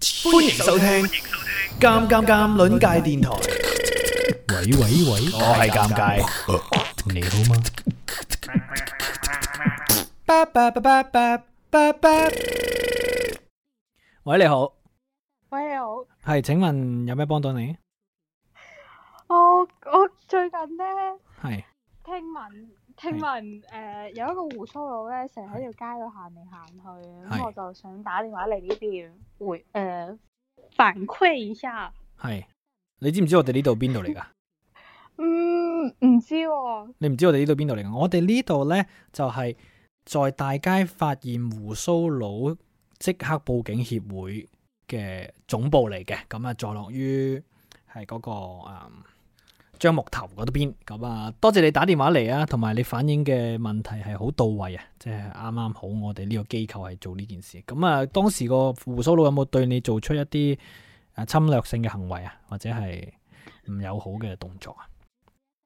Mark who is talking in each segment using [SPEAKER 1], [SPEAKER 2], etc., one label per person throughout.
[SPEAKER 1] 歡迎收聽《尷尷尷》鄰界電台。
[SPEAKER 2] 喂喂喂，
[SPEAKER 1] 我係尷尬，
[SPEAKER 2] 你好嗎？
[SPEAKER 1] 巴巴巴巴巴巴巴。喂，你好，
[SPEAKER 3] 喂，你好，
[SPEAKER 1] 係請問有咩幫到你？
[SPEAKER 3] 我我最近咧
[SPEAKER 1] 係
[SPEAKER 3] 聽聞聽聞誒、呃有一個胡鬚佬咧，成日喺條街度行嚟行去，
[SPEAKER 1] 係
[SPEAKER 3] 咁我就想打電話嚟呢邊回誒、呃反饋一下。
[SPEAKER 1] 係，你知唔知我哋呢度邊度嚟㗎？
[SPEAKER 3] 嗯，唔知喎、
[SPEAKER 1] 你唔知我哋呢度邊度嚟㗎？我哋呢度呢，就係、在大街發現胡鬚佬即刻報警協會嘅總部嚟嘅，咁啊坐落於係嗰個誒樟、木頭嗰邊。咁啊，多謝你打電話嚟啊，同埋你反映嘅問題係好到位啊，即係啱啱好我哋呢個機構係做呢件事。咁啊，當時個胡鬚佬有冇對你做出一啲誒侵略性嘅行為啊，或者係唔友好嘅動作啊？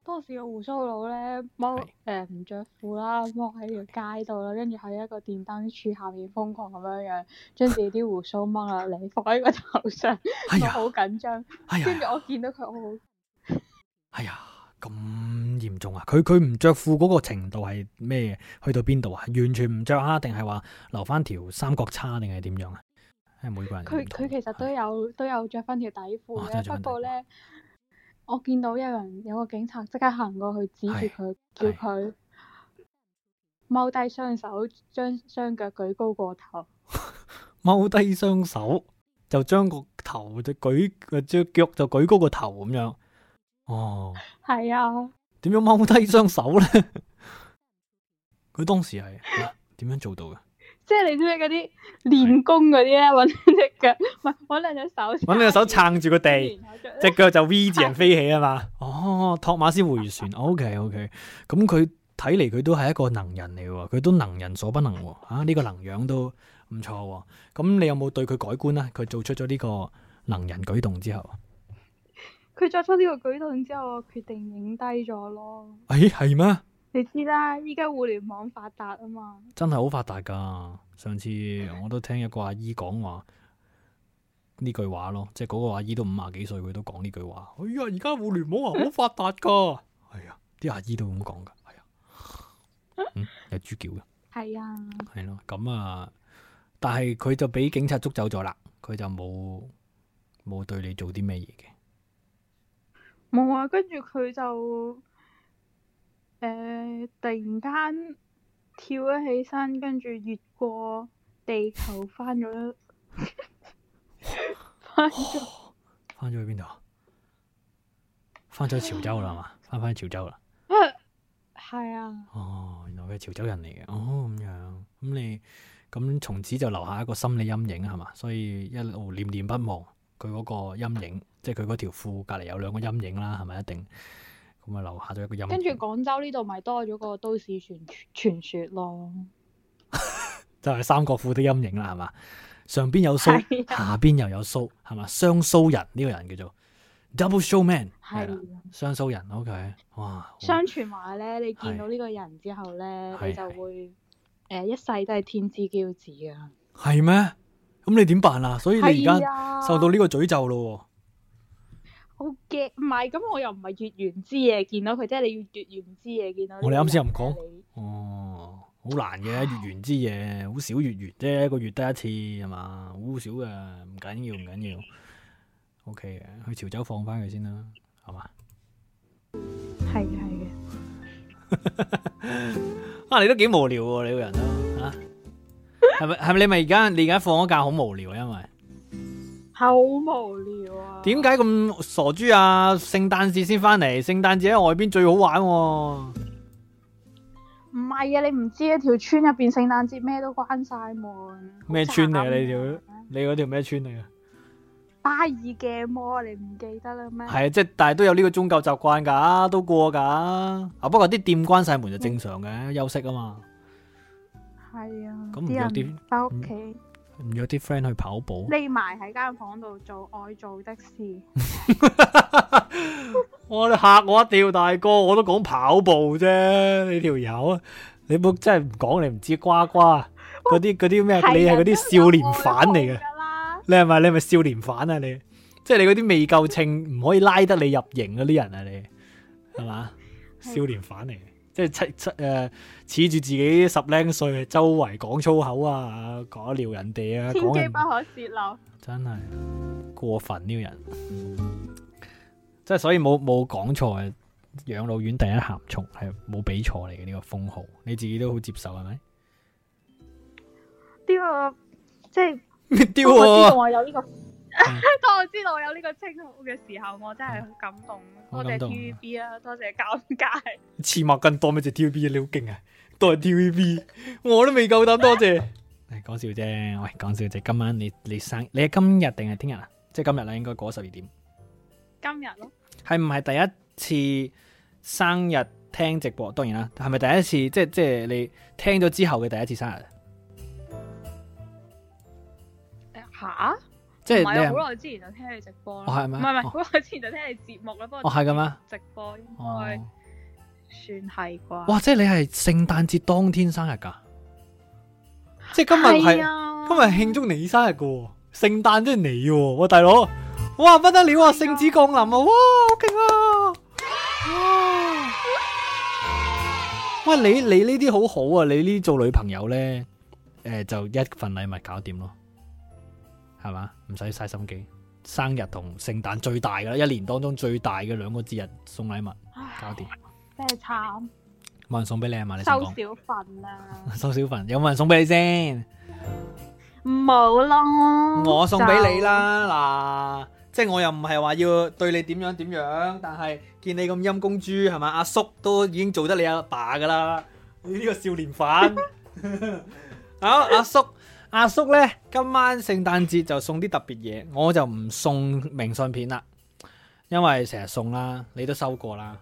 [SPEAKER 3] 當時個胡鬚佬咧，踎誒唔着褲啦，踎喺條街度啦，跟住喺一個電燈柱下面瘋狂咁樣樣，將自己啲胡鬚掹落嚟放喺個頭上，
[SPEAKER 1] 哎
[SPEAKER 3] 我
[SPEAKER 1] 呀，
[SPEAKER 3] 好緊張。
[SPEAKER 1] 哎呀
[SPEAKER 3] 跟！住我見到佢，我好
[SPEAKER 1] 哎呀，咁嚴重啊！佢佢唔着褲嗰個程度係咩？去到邊度啊？完全唔着啊？定係話留翻條三角叉定係點樣啊？係每個人
[SPEAKER 3] 佢
[SPEAKER 1] 唔同啊
[SPEAKER 3] 佢其實都有都有着翻條底
[SPEAKER 1] 哦
[SPEAKER 3] 褲
[SPEAKER 1] 真係
[SPEAKER 3] 嘅，
[SPEAKER 1] 着返底
[SPEAKER 3] 不
[SPEAKER 1] 褲
[SPEAKER 3] 過咧，我見到有人有個警察即刻行過去指住
[SPEAKER 1] 係
[SPEAKER 3] 佢，叫
[SPEAKER 1] 係
[SPEAKER 3] 佢踎低雙手，將雙腳舉高過頭。
[SPEAKER 1] 踎低雙手，就將個頭就舉，隻腳就舉高個頭咁樣。哦，
[SPEAKER 3] 係啊，
[SPEAKER 1] 點樣踎低雙手咧？ 佢當時係啊點樣做到嘅？
[SPEAKER 3] 即係你知唔知嗰啲練功嗰啲咧，揾隻腳唔係揾兩隻手，
[SPEAKER 1] 揾兩隻手撐住個地。
[SPEAKER 3] 然後
[SPEAKER 1] 只
[SPEAKER 3] 再
[SPEAKER 1] 腳就 V 字形飛起啊嘛。哦，托馬斯回旋，OK OK。咁佢睇嚟佢都係一個能人嚟喎，佢都能人所不能喎。啊，呢、個能樣都唔錯喎。咁你有冇對佢改觀啊？佢做出咗呢個能人舉動之後，
[SPEAKER 3] 佢作出呢個舉動之後，我決定影低咗咯。
[SPEAKER 1] 誒係咩？
[SPEAKER 3] 你知啦，依家互聯網發達啊嘛，
[SPEAKER 1] 真係好發達㗎。上次我都聽一個阿姨講話呢句話咯，即係嗰個阿姨都五廿幾歲，佢都講呢句話。哎呀，而家互聯網啊，好發達㗎。係啊，啲阿姨都咁講㗎。係啊， 嗯，有豬叫嘅。
[SPEAKER 3] 係啊。
[SPEAKER 1] 系咯，咁啊，但係佢就俾警察捉走咗啦，佢就冇冇對你做啲咩嘢嘅。
[SPEAKER 3] 冇啊，跟住佢就誒、呃突然間跳咗起身，跟住越過地球翻咗，
[SPEAKER 1] 翻咗去邊度啊？翻咗去潮州啦係嘛？翻返去潮州啦。
[SPEAKER 3] 係啊，
[SPEAKER 1] 哦，原來佢係潮州人嚟嘅。哦，咁樣，咁你咁從此就留下一個心理陰影係嘛？所以一路念念不忘佢嗰個陰影，即係佢嗰條褲隔離有兩個陰影啦，係咪一定？咁啊留下咗一個陰影。
[SPEAKER 3] 跟住廣州呢度咪多咗個都市傳傳說咯，
[SPEAKER 1] 就係三角褲的陰影啦，係嘛？上邊有鬚，
[SPEAKER 3] 係啊
[SPEAKER 1] 下邊又有鬚，係嘛？雙鬚人呢、個人叫做 double show man，係啦，嗯
[SPEAKER 3] 係啊
[SPEAKER 1] 雙鬚人。OK，哇，
[SPEAKER 3] 相傳話咧，你見
[SPEAKER 1] 係
[SPEAKER 3] 到呢個人之後咧，
[SPEAKER 1] 係
[SPEAKER 3] 你就
[SPEAKER 1] 係
[SPEAKER 3] 會誒、呃一世都係天之驕子㗎。
[SPEAKER 1] 係咩？咁你點辦啊？所以你而
[SPEAKER 3] 係
[SPEAKER 1] 家
[SPEAKER 3] 啊，
[SPEAKER 1] 受到呢個詛咒咯
[SPEAKER 3] 好驚，唔係咁，我又唔係月圓之夜見到佢，即係你要月圓之夜見到呢
[SPEAKER 1] 我哋
[SPEAKER 3] 個
[SPEAKER 1] 哦啱先又唔
[SPEAKER 3] 人
[SPEAKER 1] 講
[SPEAKER 3] 咧
[SPEAKER 1] 喎。
[SPEAKER 3] 你
[SPEAKER 1] 哦，好難嘅月圓之夜，好少月圓啫，一個月得一次係嘛？好少嘅，唔緊要唔緊要。OK 嘅，去潮州放翻佢先啦，係嘛？
[SPEAKER 3] 係嘅係嘅。
[SPEAKER 1] 啊，你都幾無聊喎，你個人都嚇，係咪係咪你咪而家你而家放咗假好無聊啊？因為
[SPEAKER 3] 好無聊啊！
[SPEAKER 1] 點解咁傻豬啊？聖誕節先翻嚟，聖誕節喺外邊最好玩喎、
[SPEAKER 3] 唔係啊？你唔知啊？條村入邊聖誕節咩都關晒門。
[SPEAKER 1] 咩村嚟啊你條
[SPEAKER 3] 條
[SPEAKER 1] 你嗰條咩村嚟啊？
[SPEAKER 3] 巴爾嘅魔，你唔記得啦咩？
[SPEAKER 1] 係啊，即係但係都有呢個宗教習慣㗎，都過㗎。啊，不過啲店關晒門就正常嘅，休息啊嘛。
[SPEAKER 3] 係啊，
[SPEAKER 1] 咁唔
[SPEAKER 3] 啲
[SPEAKER 1] 約
[SPEAKER 3] 人
[SPEAKER 1] 啲
[SPEAKER 3] 翻屋企
[SPEAKER 1] 唔約啲 friend 去跑步。
[SPEAKER 3] 匿埋喺間房度做愛做的 事。
[SPEAKER 1] 哇！你嚇我一跳，大哥，我都講跑步啫，你條友啊！你冇真係唔講，你唔知瓜瓜嗰啲嗰啲咩？
[SPEAKER 3] 係啊
[SPEAKER 1] 你係嗰啲少年犯嚟嘅
[SPEAKER 3] 都有愛好㗎啦，
[SPEAKER 1] 你係咪你係咪少年犯啊你？即係你嗰啲未夠稱，唔可以拉得你入營嗰啲人啊你，係嘛？
[SPEAKER 3] 係
[SPEAKER 1] 少年犯嚟，即係七七诶，恃住自己十零歲，周圍講粗口啊，講撩人哋啊，
[SPEAKER 3] 天
[SPEAKER 1] 講
[SPEAKER 3] 機
[SPEAKER 1] 人
[SPEAKER 3] 不可泄漏。
[SPEAKER 1] 真係過分呢個人，即係所以冇冇講錯嘅。養老院第一鹹蟲係冇俾錯嚟嘅呢個封號，你自己都好接受係咪？
[SPEAKER 3] 呢個啊即係
[SPEAKER 1] 屌啊嗯
[SPEAKER 3] 當我知道
[SPEAKER 1] 我
[SPEAKER 3] 我有呢個，當 我知道我有呢個稱號嘅時候，我真係好感動。
[SPEAKER 1] 好
[SPEAKER 3] 多
[SPEAKER 1] 感
[SPEAKER 3] 謝
[SPEAKER 1] 動
[SPEAKER 3] TVB 啊，多謝尷尬。
[SPEAKER 1] 黐孖筋多咩隻 TVB 啊你好勁啊！多謝 TVB，我都未夠膽多謝。誒講笑啫，喂，講笑啫。今晚你你生你係今日定係聽日啊？即係今日啦，應該過十二點。
[SPEAKER 3] 今日咯，
[SPEAKER 1] 係唔係第一次生日聽直播？當然啦，係咪第一次即係即係你聽咗之後嘅第一次生日？
[SPEAKER 3] 誒吓？
[SPEAKER 1] 即係
[SPEAKER 3] 唔
[SPEAKER 1] 你
[SPEAKER 3] 係啊，
[SPEAKER 1] 係
[SPEAKER 3] 好耐之前就聽你直播
[SPEAKER 1] 哦
[SPEAKER 3] 啦。
[SPEAKER 1] 係
[SPEAKER 3] 唔
[SPEAKER 1] 咪？
[SPEAKER 3] 係唔係，
[SPEAKER 1] 哦
[SPEAKER 3] 好耐之前就聽你節目啦。不
[SPEAKER 1] 哦
[SPEAKER 3] 過
[SPEAKER 1] 係咁啊！
[SPEAKER 3] 直播應
[SPEAKER 1] 哦，
[SPEAKER 3] 該算係啩。
[SPEAKER 1] 哇！即係你係聖誕節當天生日㗎？即係今日係
[SPEAKER 3] 係。啊，
[SPEAKER 1] 今日慶祝你生日嘅喎，聖誕即係你喎，我大佬，哇不得了啊！聖子降臨啊，哇好勁啊！哇！喂，你你呢啲好好啊，你呢啲做女朋友咧，诶、就一份禮物搞掂咯，係嘛？唔使嘥心機。生日同聖誕最大噶啦，一年當中最大嘅兩個節日送禮物搞掂，
[SPEAKER 3] 真係慘，
[SPEAKER 1] 冇人送俾你係嘛？你先
[SPEAKER 3] 收
[SPEAKER 1] 講
[SPEAKER 3] 少份啦，
[SPEAKER 1] 收少份，有冇人送俾你先？
[SPEAKER 3] 冇咯。
[SPEAKER 1] 我送俾你
[SPEAKER 3] 哦
[SPEAKER 1] 啦，嗱，即系我又唔係話要對你點樣點樣，但係見你咁陰公豬係咪？阿叔都已經做得你阿爸噶啦，你呢個少年犯。 好，阿叔，阿叔呢，今晚聖誕節就送啲特別嘢，我就唔送明信片啦，因為成日送啦，你都收過啦。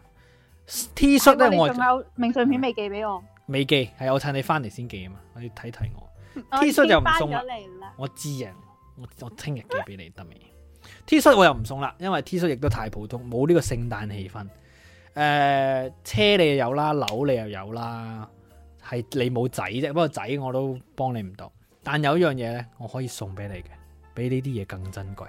[SPEAKER 1] T
[SPEAKER 3] 就。
[SPEAKER 1] 恤
[SPEAKER 3] 係
[SPEAKER 1] 呢，
[SPEAKER 3] 喎
[SPEAKER 1] 我
[SPEAKER 3] 你仲有明信片未寄俾我
[SPEAKER 1] 未寄，係我趁你翻嚟先寄啊嘛，我要睇睇我。
[SPEAKER 3] 我
[SPEAKER 1] T 恤就唔送啦
[SPEAKER 3] 寄返咗嚟啦。
[SPEAKER 1] 我知啊，我我聽日寄俾你得未？T 恤我又唔送啦，因為 T 恤亦都太普通，冇呢個聖誕氣氛。誒、車你又有啦，樓你又有啦，係你冇仔啫。不過仔我都幫你唔到，但有一樣嘢咧，我可以送俾你嘅，比呢啲嘢更珍 貴。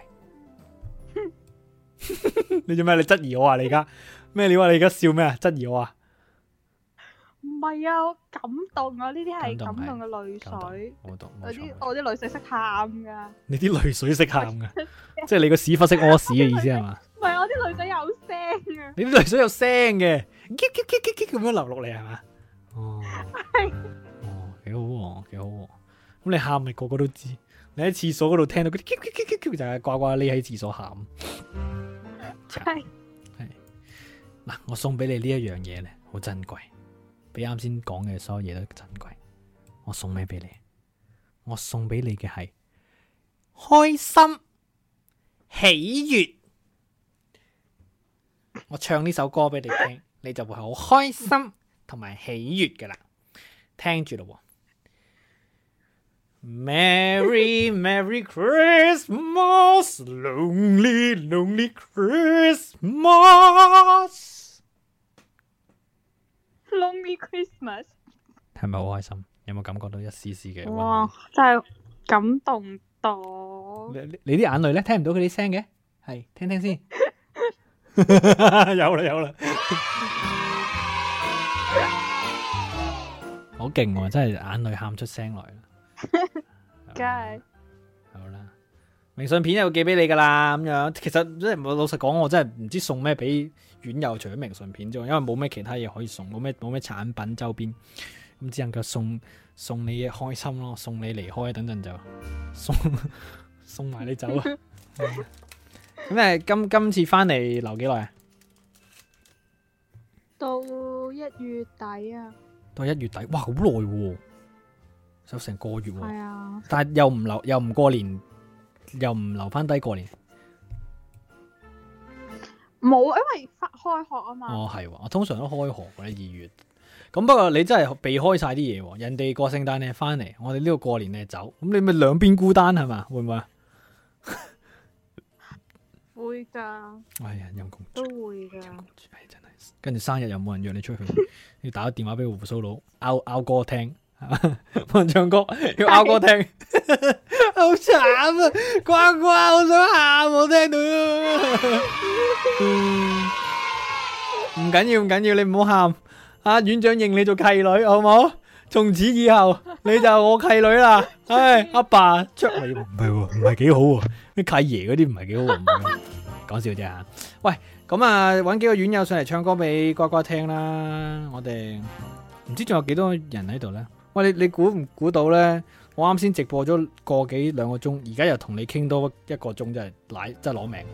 [SPEAKER 1] 你做咩？你質疑我啊？你而家咩料啊？你而家笑咩啊？質疑我啊？
[SPEAKER 3] 唔係啊，我感動啊！呢啲係
[SPEAKER 1] 感動
[SPEAKER 3] 感動嘅淚水，
[SPEAKER 1] 我讀冇
[SPEAKER 3] 我
[SPEAKER 1] 錯
[SPEAKER 3] 啲我啲淚水識喊㗎。
[SPEAKER 1] 你啲淚水識喊 噶，即係你個屎忽識屙屎嘅意思係嘛？
[SPEAKER 3] 唔係我啲女仔有聲啊，
[SPEAKER 1] 你啲淚水有聲嘅，嘰嘰嘰嘰嘰咁樣流落嚟係嘛？哦，
[SPEAKER 3] 係
[SPEAKER 1] 哦，幾好喎，幾好喎。咁你喊咪個個都知，你喺廁所嗰度聽到嗰啲嘰嘰嘰嘰嘰就係呱呱匿喺廁所喊。
[SPEAKER 3] 係
[SPEAKER 1] 嗱，我送俾你呢一樣嘢咧，好珍貴，比啱先講嘅所有嘢都珍貴。我送咩俾你？我送俾你嘅係開心、喜悦。我唱呢首歌俾你聽，你就會好開心同埋喜悦噶啦。聽住咯喎，Merry Merry Christmas，Lonely Lonely Christmas。
[SPEAKER 3] Lonely Christmas。
[SPEAKER 1] 系咪好開心？有冇感覺到一絲絲嘅溫
[SPEAKER 3] 哇
[SPEAKER 1] 暖？！
[SPEAKER 3] 真係感動到。
[SPEAKER 1] 你你啲眼淚咧，聽唔到佢啲聲嘅，係聽聽先。 有啦有啦，好勁喎！真係眼淚喊出聲來啦。
[SPEAKER 3] 梗係
[SPEAKER 1] 好啦，明信片又寄俾你噶啦，咁樣其實即係老實講，我真係唔知送咩俾院友，除咗明信片之外，因為冇咩其他嘢可以送，冇咩冇咩產品周邊，咁只能夠送送你嘅開心咯，送你離開，等陣就 送送埋你走 啊！咁誒，今今次翻嚟留幾耐啊？
[SPEAKER 3] 到一月底啊，
[SPEAKER 1] 到一月底，哇，好耐喎，有成個月喎，
[SPEAKER 3] 係啊，
[SPEAKER 1] 但係又唔留，又唔過年，又唔留翻低過年。
[SPEAKER 3] 冇，因為發開學啊嘛，
[SPEAKER 1] 哦，係喎，我通常都開學嘅二月。咁不過你真係避開晒啲嘢喎，人哋過聖誕你係翻嚟，我哋呢度過年你係走，咁你咪兩邊孤單係嘛？會唔會啊？
[SPEAKER 3] 會㗎，
[SPEAKER 1] 哎呀，陰公
[SPEAKER 3] 都會㗎。
[SPEAKER 1] 豬，唉真係。跟住生日又冇人約你出去， 要打個電話俾 胡鬚佬，拗拗歌聽，冇人唱歌，要拗歌聽。 好惨啊！呱呱，我想喊，我聽到。 唔緊要，唔緊要，你唔好喊。啊，院長認你做契女，好唔好？從此以後，你就係我契女啦。唉，阿爸出嚟唔係喎，唔係幾好喎。啲契爺嗰啲唔係幾好喎。唔係講笑啫嚇。喂，咁啊，揾幾個院友上嚟唱歌俾呱呱聽啦。我哋唔知仲有幾多人喺度呢？喂，你你估唔估到呢？我啱先直播咗個幾兩個鐘，而家又同你傾多一個鐘，真係奶真係攞命，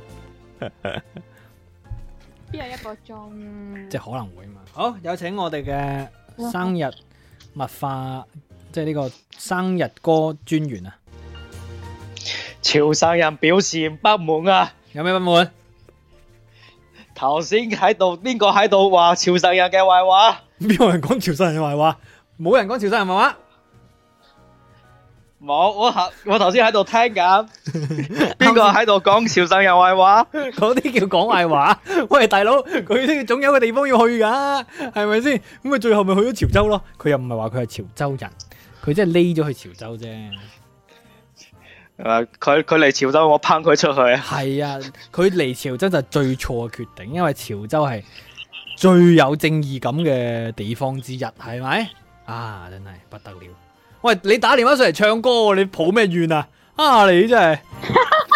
[SPEAKER 3] 邊有一個鐘？
[SPEAKER 1] 即係可能會嘛。好，有請我哋嘅生日物化，即係呢個生日歌專員啊！
[SPEAKER 4] 潮汕人表示不滿啊！
[SPEAKER 1] 有咩不滿？
[SPEAKER 4] 頭先喺度邊個喺度話潮汕人嘅壞話？
[SPEAKER 1] 邊有人講潮汕人壞話？冇人講潮汕人壞話。
[SPEAKER 4] 冇，我頭我頭先喺度聽緊， 邊個喺度講潮汕人壞話？
[SPEAKER 1] 嗰啲叫講壞話。 喂，大佬，佢都總有個地方要去噶，係咪先？咁咪最後咪去咗潮州咯。佢又唔係話佢係潮州人，佢即係匿咗去潮州啫。
[SPEAKER 4] 誒，佢佢嚟潮州，我抨佢出去。
[SPEAKER 1] 係啊，佢嚟潮州就係最錯嘅決定，因為潮州係最有正義感嘅地方之一，係咪？啊，真係不得了！喂，你打電話上嚟唱歌喎，你抱咩怨啊？啊，你真係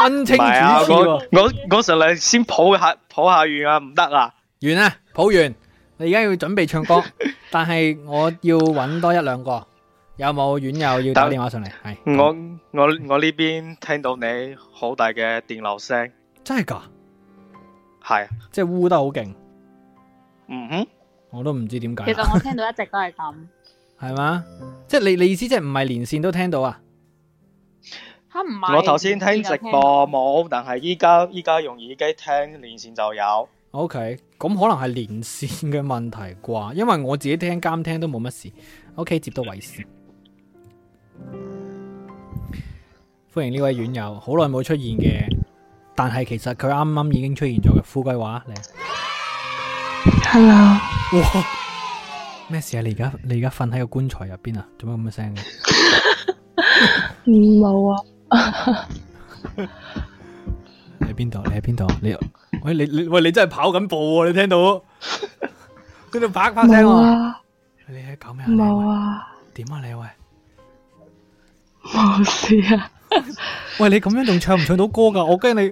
[SPEAKER 1] 分清
[SPEAKER 4] 唔
[SPEAKER 1] 主次
[SPEAKER 4] 係啊，我
[SPEAKER 1] 喎、
[SPEAKER 4] 我我上嚟先抱下抱下完啊，唔得啊！
[SPEAKER 1] 完啦，抱完，你而家要準備唱歌，但係我要揾多一兩個，有冇院友要打電話上嚟？係
[SPEAKER 4] 我我我呢邊聽到你好大嘅電流聲，
[SPEAKER 1] 真係㗎，
[SPEAKER 4] 係，啊
[SPEAKER 1] 即係污得好勁，
[SPEAKER 4] 嗯哼，
[SPEAKER 1] 我都唔知點解啊
[SPEAKER 3] 其，實我聽到一直都係咁。
[SPEAKER 1] 係嘛？即係你你意思即係唔係連線都聽到啊？
[SPEAKER 3] 吓唔係？
[SPEAKER 4] 我頭先聽直播冇，但係依家依家用耳機聽連線就有。
[SPEAKER 1] O K，咁可能係連線嘅問題啩，因為我自己聽監聽都冇乜事。O、k 接到為先。歡迎呢位院友，好耐冇出現嘅，但係其實佢啱啱已經出現咗嘅。富貴話嚟，
[SPEAKER 3] Hello，
[SPEAKER 1] 哇！咩事啊？你而家你而家瞓喺個棺材入邊啊？做乜咁嘅聲嘅？
[SPEAKER 3] 冇啊，
[SPEAKER 1] 你喺邊度？你喺邊度？你喂你你喂你真係跑緊步喎！你聽到？聽到啪啪聲
[SPEAKER 3] 冇
[SPEAKER 1] 喎！
[SPEAKER 3] 啊，
[SPEAKER 1] 你喺搞咩啊？你
[SPEAKER 3] 冇
[SPEAKER 1] 喂
[SPEAKER 3] 啊，
[SPEAKER 1] 點啊？你喂？
[SPEAKER 3] 冇事啊。
[SPEAKER 1] 喂，你咁樣仲唱唔唱到歌㗎？我驚你，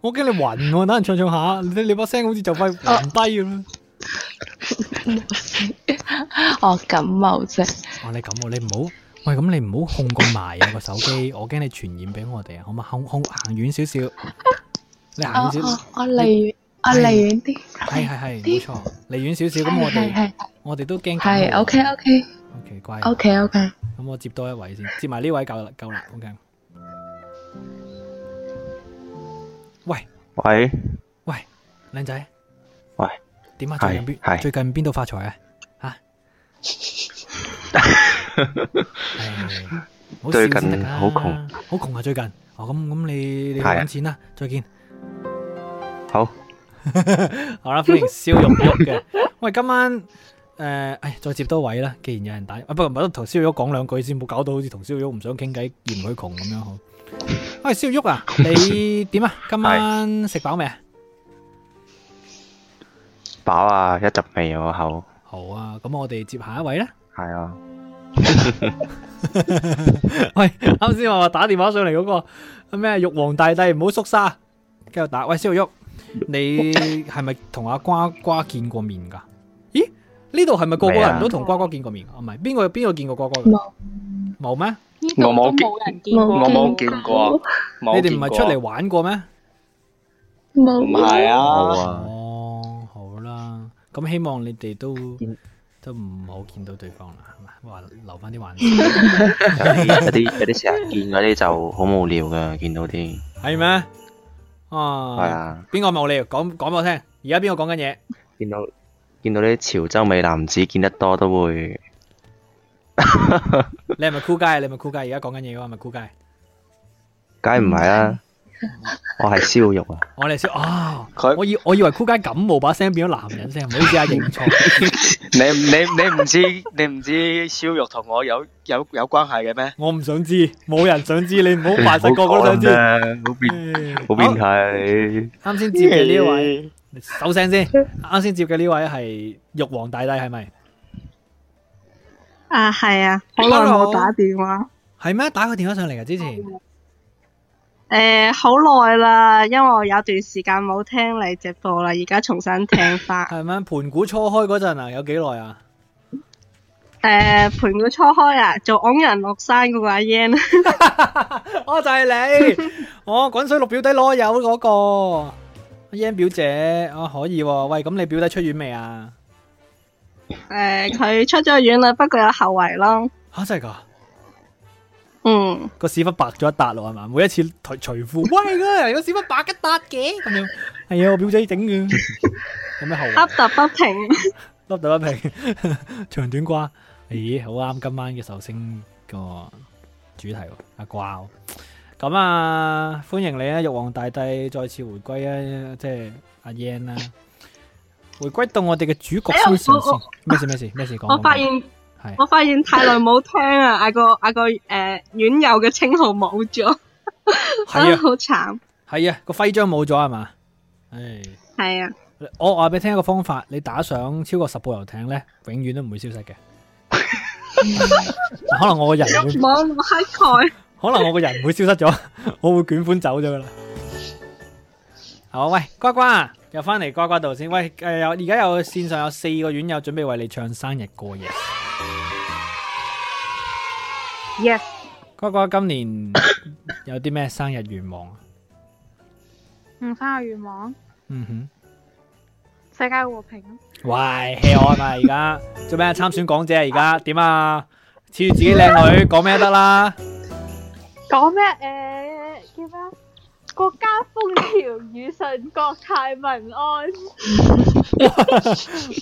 [SPEAKER 1] 我驚你暈喎！等人唱唱下，你你把聲好似就快
[SPEAKER 3] 啊
[SPEAKER 1] 暈低咁啦。
[SPEAKER 5] 我感冒啫，
[SPEAKER 1] 哇！哦你咁喎，你唔好，喂，咁你唔好控咁埋啊個手機，我驚你傳染俾我哋啊！好嘛，控控行遠少少，啊你
[SPEAKER 5] 我
[SPEAKER 1] 行
[SPEAKER 3] 哦
[SPEAKER 1] 遠少，
[SPEAKER 5] 我我啊離遠，我離遠啲，
[SPEAKER 1] 係係係，冇錯，離遠少少，咁我
[SPEAKER 5] 係
[SPEAKER 1] 哋
[SPEAKER 5] 係
[SPEAKER 1] 我哋都驚感冒
[SPEAKER 5] 係，OK OK
[SPEAKER 1] OK，乖。
[SPEAKER 5] OK OK，
[SPEAKER 1] 咁我接多一位先，接埋呢位夠啦，夠啦，OK。喂
[SPEAKER 6] 喂，
[SPEAKER 1] 喂，靚仔，
[SPEAKER 6] 喂，
[SPEAKER 1] 點啊？最近邊
[SPEAKER 6] 係
[SPEAKER 1] 最近邊度發財 啊？吓？唉唔好笑
[SPEAKER 6] 最近
[SPEAKER 1] 先得㗎
[SPEAKER 6] 好窮，
[SPEAKER 1] 好窮啊！最近，哦咁咁你你去
[SPEAKER 6] 係啊
[SPEAKER 1] 搵錢啦，再見。
[SPEAKER 6] 好，
[SPEAKER 1] 好啦，歡迎燒肉喐嘅。喂，今晚誒，唉、再接多位啦。既然有人打，啊，不過唔係同燒肉喐講兩句先，冇搞到好似同燒肉喐唔想傾偈，嫌佢窮咁樣好。喂，燒肉 喐啊，你點啊？今晚食飽未啊？
[SPEAKER 6] 飽啊，一陣味我口，
[SPEAKER 1] 好啊，咁我哋接下一位啦。
[SPEAKER 6] 係啊，
[SPEAKER 1] 喂，啱先話打電話上嚟嗰、個咩啊玉皇大帝唔好縮沙，繼續打。喂，燒肉喐，你係咪同阿瓜瓜見過面㗎？咦，呢度係咪個個
[SPEAKER 6] 未啊
[SPEAKER 1] 人都同瓜瓜見過面㗎？啊唔係，邊個邊個見過瓜瓜㗎？
[SPEAKER 5] 冇
[SPEAKER 1] 冇咩？
[SPEAKER 3] 呢度
[SPEAKER 4] 我冇
[SPEAKER 3] 都
[SPEAKER 4] 見
[SPEAKER 3] 冇人見過，
[SPEAKER 4] 我冇
[SPEAKER 5] 冇
[SPEAKER 4] 見過，冇
[SPEAKER 1] 你哋唔
[SPEAKER 4] 見過
[SPEAKER 1] 係出嚟玩過咩？
[SPEAKER 4] 唔
[SPEAKER 5] 冇
[SPEAKER 4] 係
[SPEAKER 6] 好
[SPEAKER 4] 啊，
[SPEAKER 6] 啊，
[SPEAKER 1] 哦，好啦，咁希望你哋都都唔好見到對方啦，係嘛？話留翻啲玩笑，
[SPEAKER 6] 有啲有啲有啲成日見嗰啲就好無聊噶，見到啲
[SPEAKER 1] 係咩？
[SPEAKER 6] 係
[SPEAKER 1] 啊，
[SPEAKER 6] 啊，
[SPEAKER 1] 邊個無聊？講講俾我聽。而家邊個講緊嘢？
[SPEAKER 6] 見到見到啲潮州美男子見得多都會
[SPEAKER 1] 你係咪酷街啊？你係咪酷街？而家講緊嘢嘅話，係咪酷街？
[SPEAKER 6] 梗係唔係啦，我系烧肉啊，
[SPEAKER 1] 我哋先啊，
[SPEAKER 4] 佢
[SPEAKER 1] 我以我以為酷街感冒把聲變咗男人聲，唔好意思啊，認錯，
[SPEAKER 4] 你你你唔知你唔知烧肉同我有有有关系嘅咩？
[SPEAKER 1] 我唔想知，冇人想知，你唔好扮晒
[SPEAKER 6] 唔
[SPEAKER 1] 個個
[SPEAKER 6] 好
[SPEAKER 1] 都想知。
[SPEAKER 6] 啦，好变
[SPEAKER 1] 唉
[SPEAKER 6] 好变态
[SPEAKER 1] 啱先接嘅呢位，首聲先，啱先接嘅呢位係玉皇大帝係咪？
[SPEAKER 3] 啊，系啊，好耐
[SPEAKER 1] Hello
[SPEAKER 3] 冇打電話，
[SPEAKER 1] 係咩？打個電話上嚟嘅之前，
[SPEAKER 3] 诶、好耐啦，因為我有段時間冇聽你直播啦，而家重新聽翻。
[SPEAKER 1] 係咪盤古初開嗰陣啊？有幾耐啊？
[SPEAKER 3] 诶、陪佢初開啊，做昂人落山嗰個阿 Yan，啊
[SPEAKER 1] 我就係你，我滾水六表弟攞友嗰個阿 Yan 表姐，啊可以喎。喂，咁你表弟出院未啊？
[SPEAKER 3] 诶、佢出咗院啦，不過有後遺咯。
[SPEAKER 1] 吓真係㗎，
[SPEAKER 3] 嗯，
[SPEAKER 1] 個屎忽白咗一笪咯係嘛？每一次除除褲，喂嗰個屎忽白一笪嘅咁樣，係啊，我表姐整嘅，有咩後遺
[SPEAKER 3] 凹凸不平。
[SPEAKER 1] 粒到 一平，長短瓜，咦，好啱今晚嘅壽星個主題喎，阿瓜喎。咁啊，歡迎你啊，玉皇大帝再次回歸啊，即係阿 Yan 啦、回歸到我哋嘅主角身上先
[SPEAKER 3] 哎呀，
[SPEAKER 1] 咩事咩事咩事講。
[SPEAKER 3] 我發現
[SPEAKER 1] 係
[SPEAKER 3] 我發現太耐冇聽啊，阿個阿個诶院友嘅稱號冇咗，
[SPEAKER 1] 係
[SPEAKER 3] 啊
[SPEAKER 1] 啊
[SPEAKER 3] 好慘。
[SPEAKER 1] 係啊，個徽章冇咗係嘛？唉，
[SPEAKER 3] 係啊，
[SPEAKER 1] 我話俾你聽一個方法，你打上超過十部遊艇咧，永遠都唔會消失嘅。 可能我個人會
[SPEAKER 3] 網絡乞丐。
[SPEAKER 1] 可能我個人會消失咗， 我會捲款走咗噶啦。好，喂，呱呱，又翻嚟呱呱度先。喂，誒、有而家有線上有四個院友準備為你唱生日過夜。
[SPEAKER 3] Yes，
[SPEAKER 1] 呱呱今年有啲咩生日願望啊？
[SPEAKER 3] 唔翻個願望，
[SPEAKER 1] 嗯
[SPEAKER 3] 世界和平。
[SPEAKER 1] 哼，喂，hea 我啊嘛而家做咩啊參選港姐啊而家點啊？恃住自己靚女講咩都得啦，
[SPEAKER 3] 講咩诶叫咩啊？国家風調雨順，國泰民安。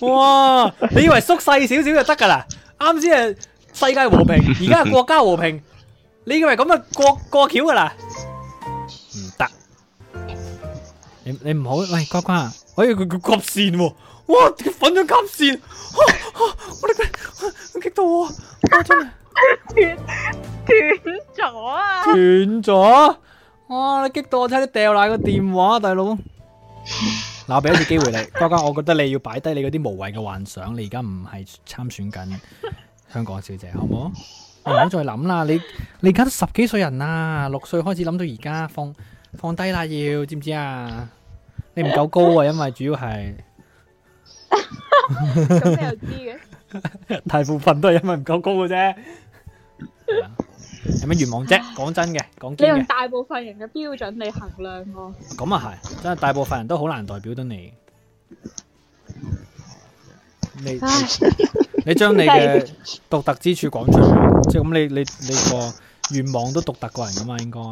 [SPEAKER 1] 哇！你以為縮細少少就得㗎啦？啱先係世界和平，而家係國家和平，你以為咁啊過過橋㗎啦？唔得，你你唔好喂呱呱，哎佢佢夾線喎，哇粉咗夾線，啊啊我哋佢激到我，我真係
[SPEAKER 3] 斷咗啊！
[SPEAKER 1] 斷咗，哇你激到我差啲掉爛個電話，大佬。嗱，我俾一次機會你， 呱呱，我覺得你要擺低你嗰啲無謂嘅幻想，你而家唔係參選緊香港小姐，好唔好？唔好再諗啦，你你而家都十幾歲人啦，六歲開始諗到而家，放放低啦，要知唔知啊？你唔夠高啊，因為主要係。
[SPEAKER 3] 咁你又知嘅？
[SPEAKER 1] 大部分都係因為唔夠高嘅啫。係啊有咩願望啫？講真嘅，講
[SPEAKER 3] 你
[SPEAKER 1] 堅
[SPEAKER 3] 用
[SPEAKER 1] 嘅，
[SPEAKER 3] 大部分人嘅標準嚟衡量我。
[SPEAKER 1] 咁啊係，真係大部分人都好難代表到你。你你
[SPEAKER 3] 唉，
[SPEAKER 1] 你將你嘅獨特之處講出嚟，即係咁你你你個願望都獨特過人噶嘛，應該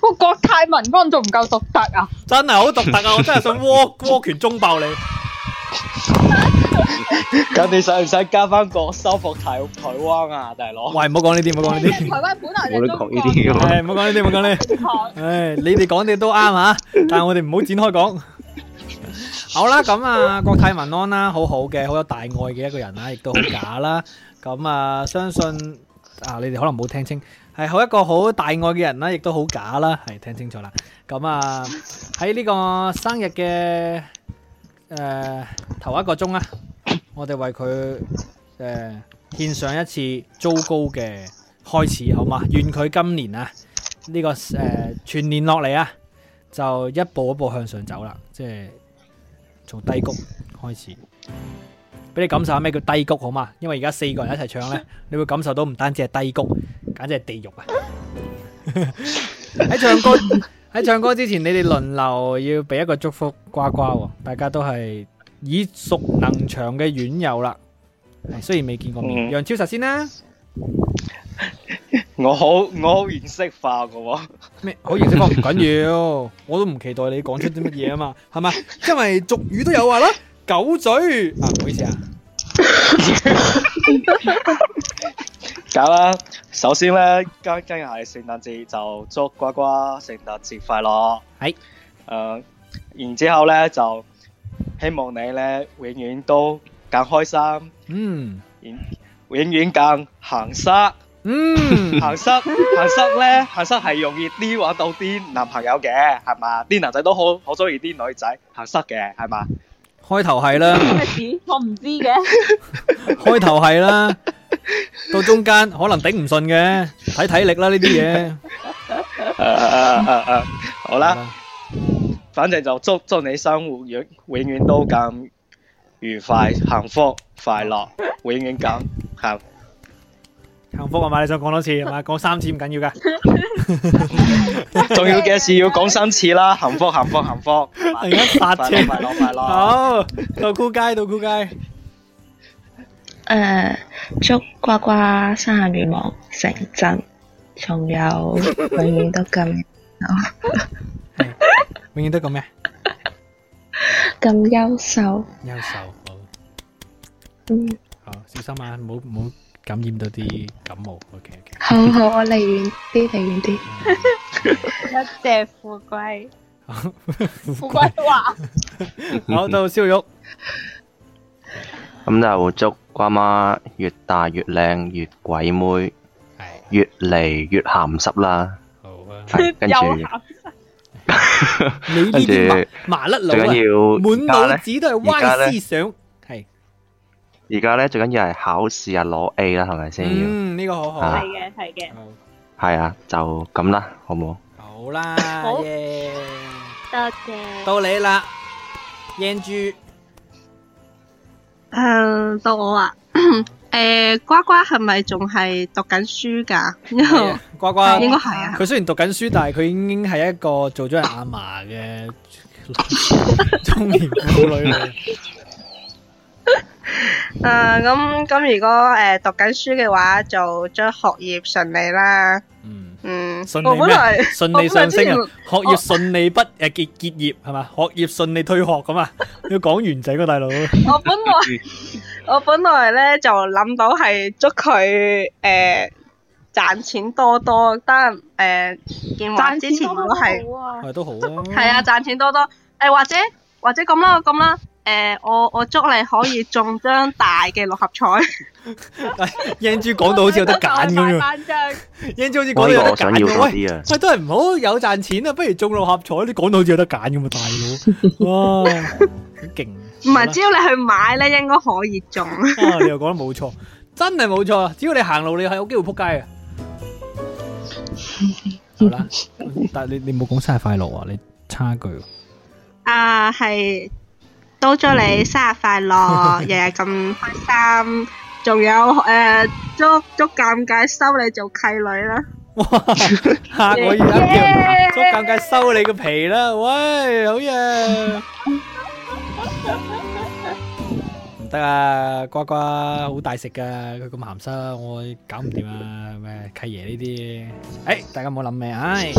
[SPEAKER 3] 個國泰民安仲唔夠獨特啊？
[SPEAKER 1] 真係好獨特啊！我真係想窩窩拳中爆你。
[SPEAKER 4] 咁你使唔使加翻個收復台台灣啊，大佬？
[SPEAKER 1] 喂，唔好講呢啲，唔好講 呢啲，
[SPEAKER 3] 灣本來
[SPEAKER 6] 冇得講呢啲嘅。
[SPEAKER 1] 誒唔好講呢啲，唔好講呢啲。
[SPEAKER 3] 啲。
[SPEAKER 1] 唉，你哋講嘅都啱吓，但係我哋唔好展開講。好啦，咁啊，國泰民安啦，好好嘅，好有大愛嘅一個人啦，亦都好假啦。咁啊，相信啊，你哋可能冇聽清，係好一個好大愛嘅人啦，亦都好假啦，係聽清楚啦。咁啊，喺呢個生日嘅诶、呃頭一個鐘啊，我哋為佢诶獻上一次糟糕嘅開始，好嘛？願佢今年啊〜呢、個个呃全年落嚟啊，就一步一步向上走啦，即係從低谷開始，俾你感受下咩叫低谷好嘛？因為而家四個人一齊唱呢，你會感受到唔單止係低谷，簡直係地獄啊！啊喺唱歌喺唱歌之前，你哋輪流要俾一個祝福呱呱喎，大家都係耳熟能詳嘅院友啦。係雖然未見過面，
[SPEAKER 4] 嗯
[SPEAKER 1] 楊超實先啦，
[SPEAKER 4] 我好我好形式化嘅喎，
[SPEAKER 1] 咩好形式化唔緊要，我都唔期待你講出啲乜嘢啊嘛， 係咪？因為俗語都有話啦，狗嘴啊，唔好意思啊，
[SPEAKER 4] 咁啦，首先咧，今今日係聖誕節，就祝瓜瓜聖誕節快樂。
[SPEAKER 1] 係
[SPEAKER 4] 誒、然之後咧就希望你咧永遠都更開心，
[SPEAKER 1] 嗯
[SPEAKER 4] 永遠更行塞。
[SPEAKER 1] 嗯，
[SPEAKER 4] 行塞 行塞咧，行塞係容易啲揾到啲男朋友嘅，係嘛？啲男仔都好好中意啲女仔行塞嘅，係嘛？
[SPEAKER 1] 開頭係啦，
[SPEAKER 3] 咩事？我唔知嘅。
[SPEAKER 1] 開頭係啦，到中間可能頂唔順嘅，睇體力啦呢啲嘢。
[SPEAKER 4] 誒誒誒誒，好啦。反正就祝祝你生活永永遠都咁愉快、幸福、快樂，永遠咁幸。
[SPEAKER 1] 幸福啊嘛，你想講多次係嘛？講三次唔緊要噶。
[SPEAKER 4] 重要嘅事要講三次啦，幸福、幸福、幸福，
[SPEAKER 1] 突然間
[SPEAKER 4] 快
[SPEAKER 1] 發
[SPEAKER 4] 樂、
[SPEAKER 1] 車，
[SPEAKER 4] 快樂、快樂。
[SPEAKER 1] 好到酷街到酷街。
[SPEAKER 5] 诶，祝瓜瓜生日願望成真，仲有永遠都咁
[SPEAKER 1] 永遠都咁咩？
[SPEAKER 5] 咁優秀。
[SPEAKER 1] 優秀好，
[SPEAKER 5] 嗯，
[SPEAKER 1] 好小心啊，唔好唔好感染到啲感冒。OK OK。
[SPEAKER 5] 好好，我離遠啲，離遠啲。
[SPEAKER 3] 一隻富貴，富
[SPEAKER 1] 好，
[SPEAKER 3] 貴話
[SPEAKER 1] 好到燒肉，
[SPEAKER 6] 咁就祝瓜媽越大越靚越鬼妹，
[SPEAKER 1] 係
[SPEAKER 6] 越嚟越鹹濕啦。
[SPEAKER 1] 好啊。
[SPEAKER 6] 係
[SPEAKER 3] 又
[SPEAKER 6] 跟住
[SPEAKER 3] 鹹
[SPEAKER 1] 你呢
[SPEAKER 6] 跟住
[SPEAKER 1] 啲麻麻甩佬
[SPEAKER 6] 最
[SPEAKER 1] 啊，滿
[SPEAKER 6] 緊要
[SPEAKER 1] 腦
[SPEAKER 6] 而家咧，
[SPEAKER 1] 子都係歪思想。係，
[SPEAKER 6] 而家咧最緊要係考試啊攞 A 啦，係咪先要？
[SPEAKER 1] 嗯，呢個好好。
[SPEAKER 3] 係
[SPEAKER 6] 啊
[SPEAKER 3] 嘅，係嘅。
[SPEAKER 1] 好
[SPEAKER 6] 係啊，就咁啦，好冇？
[SPEAKER 1] 好啦，
[SPEAKER 3] 好
[SPEAKER 1] 耶，
[SPEAKER 3] 多謝。
[SPEAKER 1] 到你啦，英豬。
[SPEAKER 7] 诶，到我啊！ 诶，瓜瓜係咪仲係讀緊書㗎？
[SPEAKER 1] 係 啊呱呱，
[SPEAKER 7] 應該係啊。
[SPEAKER 1] 佢雖然讀緊書，但係佢已經係一個做咗人阿嫲嘅中年婦女嚟。
[SPEAKER 7] 诶，咁咁如果诶读紧书嘅話，就將學業順利啦。
[SPEAKER 1] 嗯，
[SPEAKER 7] 嗯，
[SPEAKER 1] 順
[SPEAKER 7] 我
[SPEAKER 1] 利
[SPEAKER 7] 本
[SPEAKER 1] 咩
[SPEAKER 7] 來？
[SPEAKER 1] 順利上升
[SPEAKER 7] 我
[SPEAKER 1] 啊！學業順利畢誒結結業係嘛？學業順利退學咁啊！要講完整啊，大佬。
[SPEAKER 7] 我本來 我本來咧就諗到係祝佢诶赚钱多多，但诶建華
[SPEAKER 3] 賺
[SPEAKER 7] 之前
[SPEAKER 3] 錢
[SPEAKER 7] 如
[SPEAKER 3] 多
[SPEAKER 7] 果
[SPEAKER 3] 都
[SPEAKER 7] 係。
[SPEAKER 3] 好啊！
[SPEAKER 1] 係都好啊。
[SPEAKER 7] 系啊，賺錢多多。诶、或者或者咁啦，咁啦。诶、我我祝你可以中張大嘅六合彩。
[SPEAKER 1] 英珠講到好似有得揀咁樣，
[SPEAKER 3] 大班章
[SPEAKER 1] 英珠好似
[SPEAKER 6] 我
[SPEAKER 1] 講到
[SPEAKER 6] 呢
[SPEAKER 1] 有得揀
[SPEAKER 6] 個我想要
[SPEAKER 1] 咁。
[SPEAKER 6] 多
[SPEAKER 1] 喂
[SPEAKER 6] 啲啊！
[SPEAKER 1] 喂，都係唔好有賺錢啊，不如中六合彩。你講到好似有得揀咁啊，大佬。哇，好勁！
[SPEAKER 7] 唔係，只要你去買咧，應該可以中。
[SPEAKER 1] 啊，你又講得冇錯，真係冇錯啊！只要你行路，你係有機會扑街 嘅。好啦，但系你你冇講生日快樂啊，你差距喎。
[SPEAKER 7] 啊，係都祝你生日快樂，日日咁開心。仲有诶、祝祝尷尬收你做契女啦。
[SPEAKER 1] 哇！ 下個月一樣，捉尷尬收你個皮啦！喂，好嘢！唔得啊，瓜瓜好大食噶，佢咁鹹濕，我搞唔掂啊！咩契爺呢啲？诶，大家唔好諗咩，唉，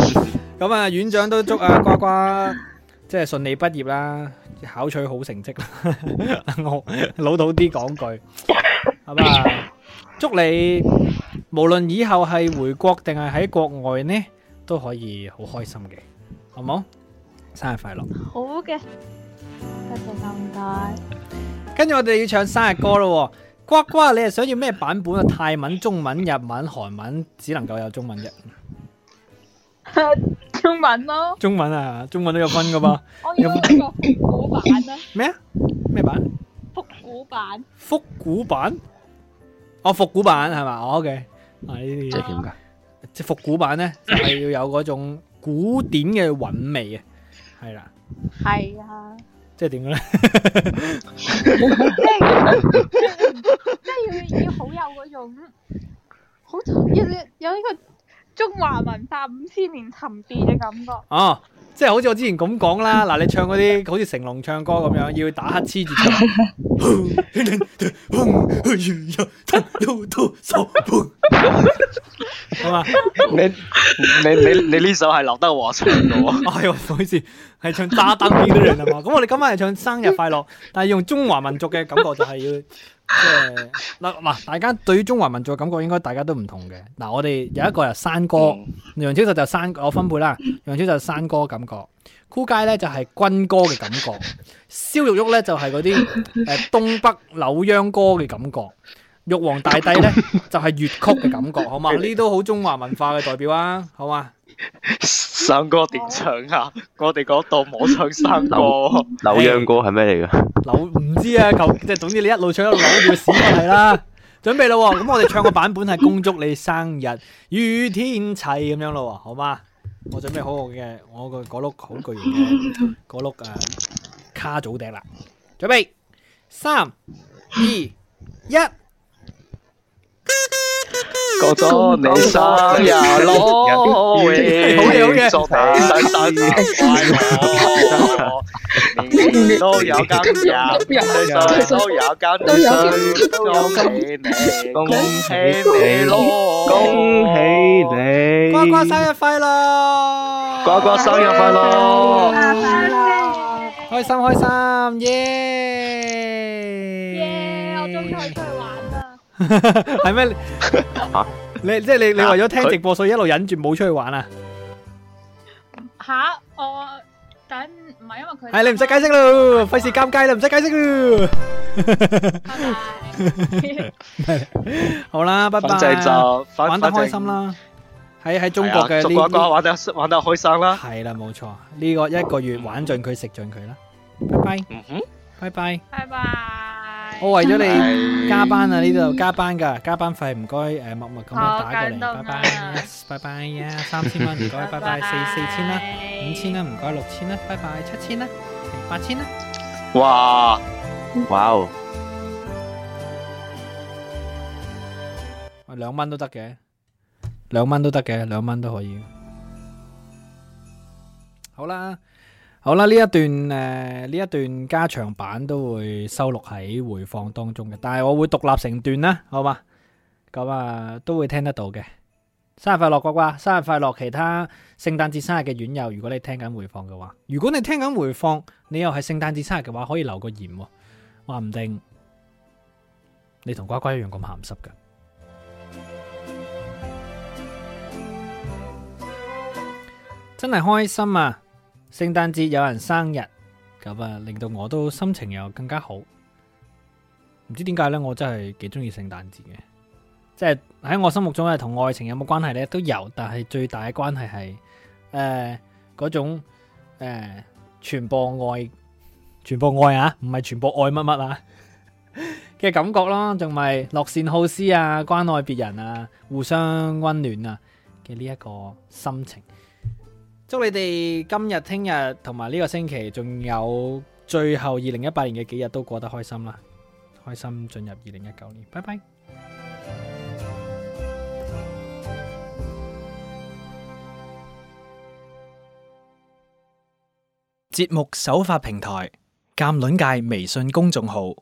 [SPEAKER 1] 咁啊，院長都祝啊瓜瓜即係順利畢業啦，考取好成 績啦。我老土啲講句，咁啊，祝你無論以後係回國定係喺國外呢，都可以好開心嘅，好冇？生日快樂！
[SPEAKER 3] 好嘅，多謝咁大。
[SPEAKER 1] 跟住我哋要唱生日歌咯，呱呱，你係想要咩版本啊？泰文、中文、日文、韓文，只能夠有中文啫。
[SPEAKER 3] 中文咯，
[SPEAKER 1] 中文啊，中文都有分噶噃。
[SPEAKER 3] 我要嗰個復古版啦，
[SPEAKER 1] 咩啊？咩版？
[SPEAKER 3] 復古版
[SPEAKER 1] 復古版？哦，復古版係嘛？哦，OK，啊呢
[SPEAKER 6] 即係
[SPEAKER 1] 啲
[SPEAKER 6] 點㗎？
[SPEAKER 1] 即係復古版呢，就係要有嗰種古典嘅韻味啊，係啦，
[SPEAKER 3] 係啊，
[SPEAKER 1] 即係點嘅咧？
[SPEAKER 3] 即係即係要要好有嗰種，好有有呢個中華文化五千年沉澱嘅感覺。
[SPEAKER 1] 哦，即係好似我之前咁講啦，嗱，你唱嗰啲好似成龍唱歌咁樣，要打乞嗤住唱。好嘛？
[SPEAKER 4] 你你你你呢首係劉德華唱嘅喎，
[SPEAKER 1] 哎呦，唔好意思，係唱揸燈邊啲人啊嘛。咁我哋今晚係唱生日快樂，但係用中華民族嘅感覺，就係要即系嗱嗱，大家對於中華民族嘅感覺應該大家都唔同嘅。嗱，我哋有一個係山歌，楊超就就山我分配啦，楊超就山歌感覺，酷街咧就係軍歌嘅感覺，燒肉喐咧就係嗰啲诶東北扭秧歌嘅感覺，玉皇大帝咧就係粵曲嘅感覺，好嘛？呢啲都好中華文化嘅代表啊，好嘛？
[SPEAKER 4] 生哥點唱啊？我哋嗰度冇唱生哥喎，
[SPEAKER 6] 扭秧歌係咩嚟㗎？
[SPEAKER 1] 扭唔知啊，求 即係總之你一路唱一路扭住屎係啦。 準備咯喎，咁我哋唱個版本係恭祝你生日與天齊咁樣咯喎，好嘛？我準備好我嘅我個嗰碌好巨型 嘅嗰碌誒卡祖笛啦，準備三二一，
[SPEAKER 4] 過咗你生日咯，喂
[SPEAKER 1] 好嘢好嘢
[SPEAKER 4] 祝你生生日快樂，年年都有今日，歲歲都有今日，恭喜你，恭喜你咯，
[SPEAKER 1] 哦
[SPEAKER 6] 你
[SPEAKER 1] 呱呱生日快樂，
[SPEAKER 4] 呱呱生日快樂！
[SPEAKER 1] 開心開心，耶！
[SPEAKER 3] 耶！我終於可以出去玩啦。
[SPEAKER 1] 係咩？
[SPEAKER 6] 嚇
[SPEAKER 1] 你即係你你為咗聽直播所以一路忍住冇出去玩啊？
[SPEAKER 3] 吓，我等唔係因為佢。
[SPEAKER 1] 係你唔使解釋咯，費事尷尬啦，唔使解釋咯。
[SPEAKER 3] 拜拜。
[SPEAKER 1] 好啦，拜拜。
[SPEAKER 4] 反正就反
[SPEAKER 1] 玩得開心，啦，喺喺中國嘅
[SPEAKER 4] 祝呱呱
[SPEAKER 1] 呢
[SPEAKER 4] 玩得玩得開心啦。
[SPEAKER 1] 係啦，冇錯，呢個一個月玩盡佢食盡佢啦，拜拜
[SPEAKER 4] 嗯哼，
[SPEAKER 1] 拜拜，
[SPEAKER 3] 拜拜。
[SPEAKER 1] 我為咗你
[SPEAKER 4] 係
[SPEAKER 1] 加班啊，呢度加班噶，加班費唔該誒默默咁樣
[SPEAKER 3] 好
[SPEAKER 1] 打過嚟，
[SPEAKER 3] 感動
[SPEAKER 1] 拜
[SPEAKER 3] 啊
[SPEAKER 1] 拜，yes，拜拜呀，三千蚊唔該，拜拜，四四千啦，五千啦，唔該，六千啦，拜拜，七千啦，八千啦。
[SPEAKER 4] 哇！
[SPEAKER 6] 哇哦！
[SPEAKER 1] 两蚊都得嘅，两蚊都得嘅，两蚊都可以。好啦，好啦，呢一段诶，呢、一段加長版都會收錄喺回放當中嘅，但係我會獨立成段啦，好嘛？咁啊，都會聽得到嘅。生日快樂，呱呱！生日快樂！其他聖誕節、生日嘅院友，如果你聽緊回放嘅話，如果你聽緊回放，你又係聖誕節、生日嘅話，可以留個言喎，話唔定你同呱呱一樣咁鹹濕㗎。真係開心啊！聖誕節有人生日，咁啊令到我都心情又更加好。唔知點解呢，我真係幾中意聖誕節嘅，即係喺我心目中係同愛情有冇關係呢？都有，但係最大嘅關係係誒嗰種誒傳播愛，傳播愛啊，唔係傳播愛乜乜啊 嘅感覺咯，仲咪樂善好施啊，關愛別人啊，互相温暖啊嘅呢一個心情。祝你哋今日、聽日同埋呢個星期，仲有最後二零一八年嘅幾日都過得開心啦，開心進入二零一九年，拜拜。節目首發平台：鑑論界微信公眾號。